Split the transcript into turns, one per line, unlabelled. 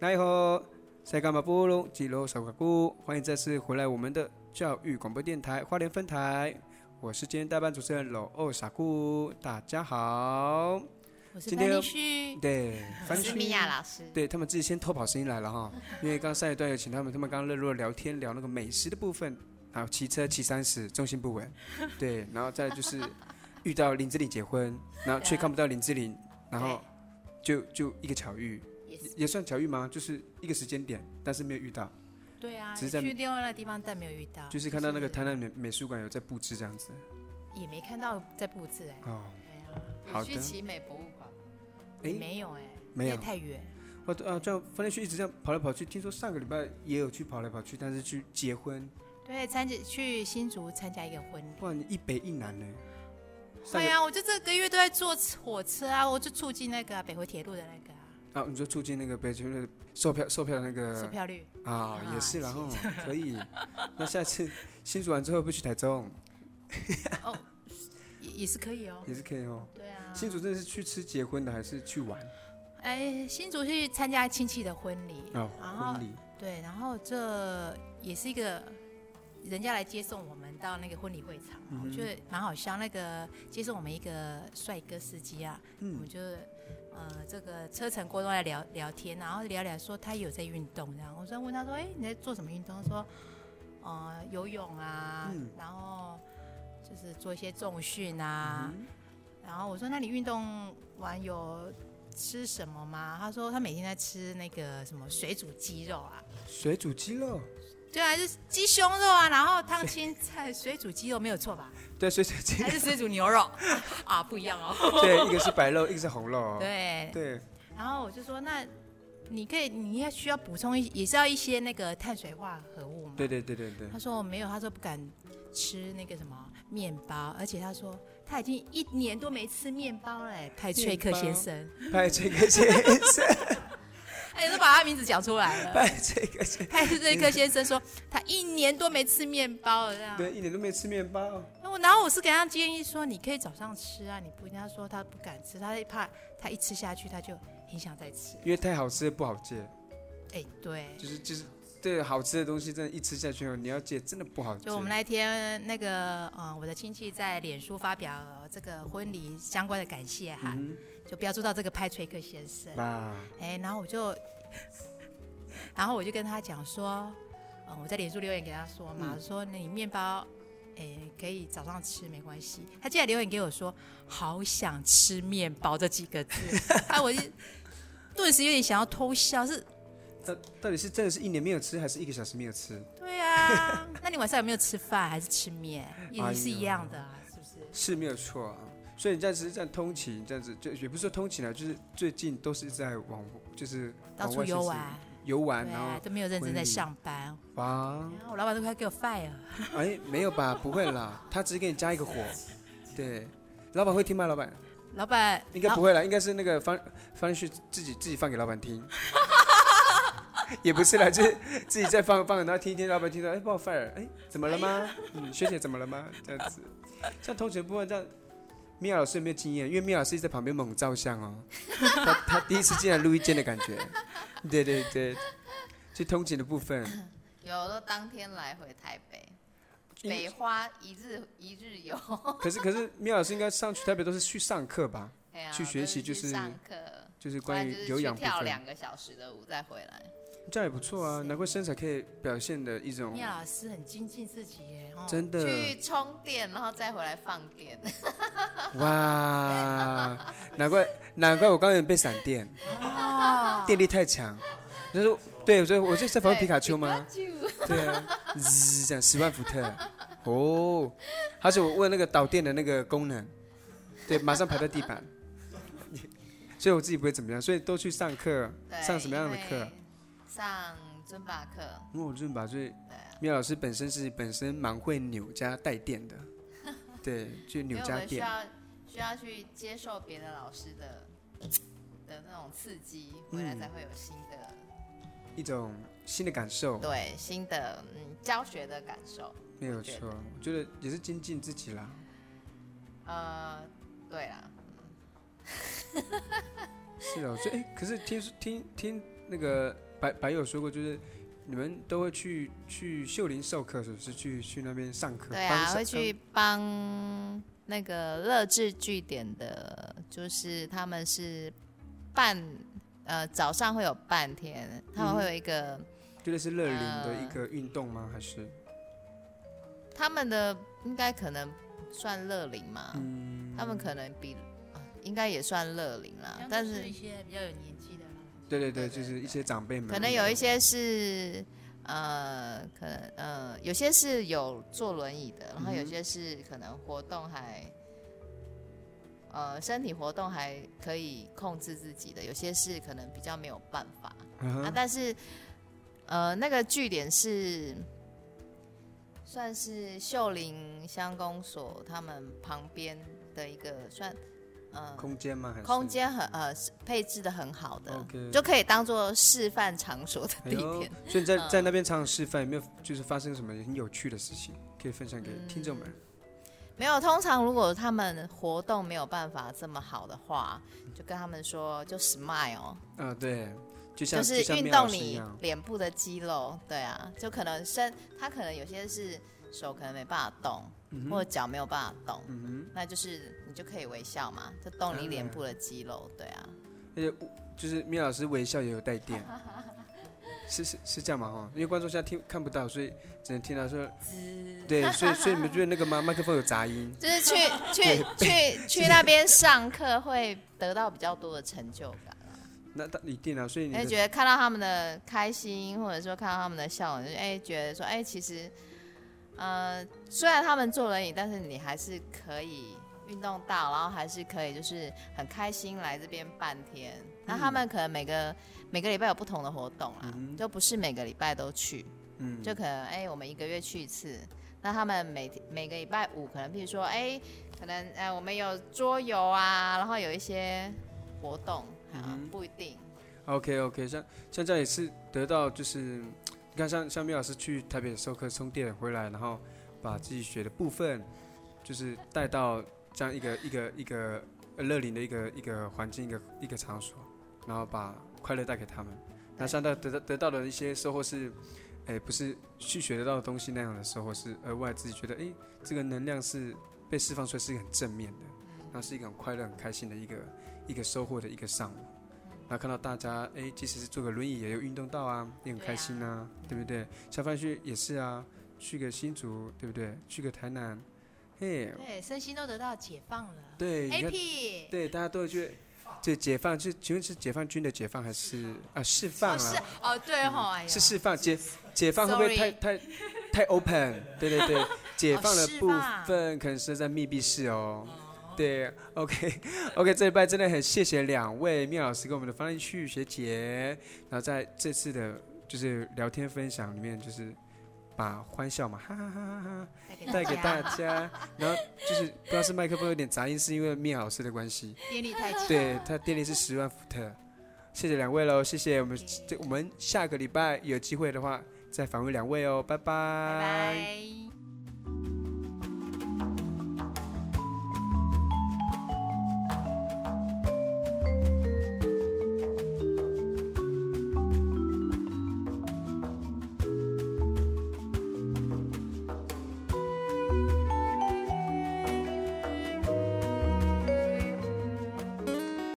奈何塞干马布隆吉罗小卡姑，欢迎再次回来我们的教育广播电台花莲分台，我是今天代班主持人老欧傻姑，大家好。
我是
今
潘
天
丽旭，啊
对，
我
翻
是
去
米娅老师。
对他们自己先偷跑声音来了哈，因为刚上一段有请他们，他们刚刚热络地聊天聊那个美食的部分，然后骑车骑三十，重心不稳，对，然后再来就是遇到林志玲结婚，然后却看不到林志玲，然后就就一个巧遇，
也是
也算巧遇吗？就是一个时间点，但是没有遇到，
对啊，
只是在
去另外那个地方，但没有遇到，
就是看到那个台南美美术馆有在布置这样子
也没看到在布置哎，
哦，
有
好
去
的
奇美博物馆吗，
也
诶
没有哎，
没有
因为太远，
我啊，这样翻来去一直这样跑来跑去，听说上个礼拜也有去跑来跑去，但是去结婚，
对，参加去新竹参加一个婚礼。
哇，你一北一南呢？上
对
个
啊，我就这个月都在坐火车啊，我就促进那个啊北回铁路的那个啊
啊，你说促进那个北京的售票售票的那
售
个
票率，
啊，也
啊
是然后可以。那下次新竹完之后，不去台中
也也是可以哦。
也是可以哦。
对啊，
新竹真的是去吃结婚的，还是去玩
哎，新竹去参加亲戚的婚礼，
啊？
然后
婚礼
对，然后这也是一个人家来接送我们到那个婚礼会场，啊我觉得蛮好笑。那个接送我们一个帅哥司机啊，我们就呃这个车程过都在聊聊天，然后聊聊说他有在运动，然后我就问他说，哎，你在做什么运动？他说，呃，游泳啊，
嗯
然后就是做一些重训啊。然后我说，那你运动完有吃什么吗？他说他每天在吃那个什么水煮鸡肉啊。
水煮鸡肉，
对啊，就是鸡胸肉啊，然后烫青菜、水煮鸡肉没有 错吧？
对，水煮鸡
还，是水煮 牛肉啊？不一样哦。
对，一个是白肉，一个是红肉哦。
对，
对，
然后我就说，那你可以，你要需要补充一，也是要一些那个碳水化合物嘛。
对对对对对
他说没有，他说不敢吃那个什么面包，而且他说他已经一年多没吃面包了，欸派崔克先生，
对，派这个先生，
哎，都把他名字讲出来了。
派这个 先，
派崔克先生说他一年多没吃面包了，这样。
对，一点都没吃面包。
那我然后我是给他建议说，你可以早上吃啊，你不跟他说他不敢吃，他怕他一吃下去他就很想再吃。
因为太好吃的不好戒，
哎、对，
就是就是对好吃的东西，真的，一吃下去后你要戒，真的不好戒。
就我们那一天那个呃，我的亲戚在脸书发表这个婚礼相关的感谢函，就标注到这个派崔克先生。
哇，
哎、然后我就，然后我就跟他讲说，嗯，我在脸书留言给他说
嗯
嘛，说你面包，哎、可以早上吃没关系。他竟然留言给我说，好想吃面包这几个字，啊，我就顿时有点想要偷笑，是，
到到底是真的是一年没有吃，还是一个小时没有吃？
对 啊，那你晚上有没有吃饭还是吃面，
哎
也是一样的、啊，是不是？
是没有错啊。所以你这样子这样通勤，这样子就也不是说通勤啊，就是最近都是在往哦就是
到
往
处
外
游
县市
玩，
游玩，
对
然
啊
后，
都没有认真
婚
在
礼
上班，
哇，
然后我老板都快给我 fire 了。
哎，没有吧？不会啦，他只是给你加一个火，对。老板会听吗？老板
老板
应该
老
不会啦，应该是那个方方旭自己自己放给老板听， 也不是啦，就是 自己在放放，然后听一听，老板听到，哎，帮我 fire，哎，怎么了吗？嗯，学姐怎么了吗？这样子，像同学不会这样。米娅老师有没有经验？因为米娅老师一直在旁边猛照相哦，他他第一次进来录一间的感觉，对对对，就通勤的部分，
有都当天来回台北，
因
北花一日一日游，
可是可是米娅老师应该上去台北都是去上课吧？
哎呀
去学习
就
就是是
去上课，
就是
不然
关于
就是
有
去
氧部
跳
分，
两个小时的舞再回来。
这样也不错啊，难怪身材可以表现的一种
聂老师很精进自己耶，哦，
真的
去充电，然后再回来放电。
哇，难怪难怪我刚才被闪电，
啊
哦
电力太强。就是对，所以我就在访问皮卡丘吗？
对？皮卡丘
对啊，滋这样十万伏特，哦，而且我问那个导电的那个功能，对，马上排到地 板，所以我自己不会怎么样，所以都去上课，
对
上什么样的？
因
课
为？上尊巴课，
因为我就是把最妙老师本身是本身蛮会扭加带电的，对，就
因
扭
为我
加
们需
电，
要需要去接受别的老师的的那种刺激，回
嗯
来才会有新的、
一种新的感受。
对新的嗯教学的感受。
没有
我觉
错，我觉得也是精进自己啦。
呃，对啦，
是啊，所以哎，可是听说听听那个白白有说过，就是你们都会去去秀林授课，是不是？去去那边上课？
对啊，
帮上
会去帮那个乐智据点的，就是他们是半呃早上会有半天，他们会有一个、
帮就类似乐龄的
呃
一个运动吗？还是
他们的应该可能算乐龄嘛，他们可能比啊应该也算乐龄啦，但
是
是
一些比较有年纪的啦。
对对对，
对对
就是一些长辈们
呃可能有一些是呃，可能呃，有些是有坐轮椅的，然后有些是可能活动还、呃身体活动还可以控制自己的，有些是可能比较没有办法、
嗯哼
啊。但是呃，那个据点是算是秀林乡公所他们旁边的一个算呃
空间吗？还是
空间很呃配置的很好的
OK
就可以当做示范场所的
哎
地
呦
点。，嗯
所以你在在那边常常示范，有没有就是发生什么很有趣的事情可以分享给听众们？
没有，通常如果他们活动没有办法这么好的话，就跟他们说就 smile，哦
啊，对，就像
就是
像
运
面老
动
师一
你
样，
脸部的肌肉。对啊，就可能身他可能有些是手可能没办法动，或者脚没有办法动，
嗯
那就是你就可以微笑嘛，就动你脸部的肌肉。对啊，
哼，而且就是面老师微笑也有带 电，是是是这样嘛哈？因为观众现在听看不到，所以只能听到说，对，所以所以你们觉得那个麦麦克风有杂音？
就是去 去去去那边上课会得到比较多的成就感啊。
那那一定啊，所以你
哎，
的
觉得看到他们的开心，或者说看到他们的笑容，就哎、觉得说哎、其实，呃，虽然他们坐轮椅，但是你还是可以运动到，然后还是可以就是很开心来这边半天。
嗯
那、他们可能每个每个礼拜有不同的活动啦，就不是每个礼拜都去，
嗯，
就可能哎、我们一个月去一次。那他们每每个礼拜五可能，譬如说哎、可能呃我们有桌游啊，然后有一些活动，
嗯
啊、不一定。
OK OK，像像这样也是得到就是，你看像像米老师去台北授课充电回来，然后把自己学的部分，就是带到这样一个一个一个呃乐龄的一个一个环境一个一个场所，然后把快乐带给他们。那像到得到得到的一些收获是，哎，不是去学得到的东西那样的收获，是额外自己觉得哎，这个能量是被释放出来是一个很正面的，
嗯
然后是一个很快乐很开心的一个一个收获的一个上午。然后看到大家，哎，即使是坐个轮椅也有运动到啊，也很开心啊，对不对？小范旭也是啊，去个新竹，对不对？去个台南，嘿，
对，身心都得到解放了。
对，你看，
Happy，
对，大家都会去，就解放，是请问是解放军的解放还是啊释放
哦是
啊？
哦对吼，哎呀，
是释放解解放会不会太
Sorry
太太 open？对对 对，解放的
哦
部
释放
分可能是在密闭室哦。对，OK OK，这一拜真的很谢谢两位妙老师跟我们的方丽旭学姐，然后在这次的就是聊天分享里面，就是把欢笑嘛，哈哈哈哈哈。带给大 家，然后就是不知道是麦克风有点杂音，是因为面老师的关系，
电力太强。
对，它电力是十万伏特。谢谢两位喽，谢谢我们，这我们下个礼拜有机会的话再访问两位哦，拜拜
拜拜。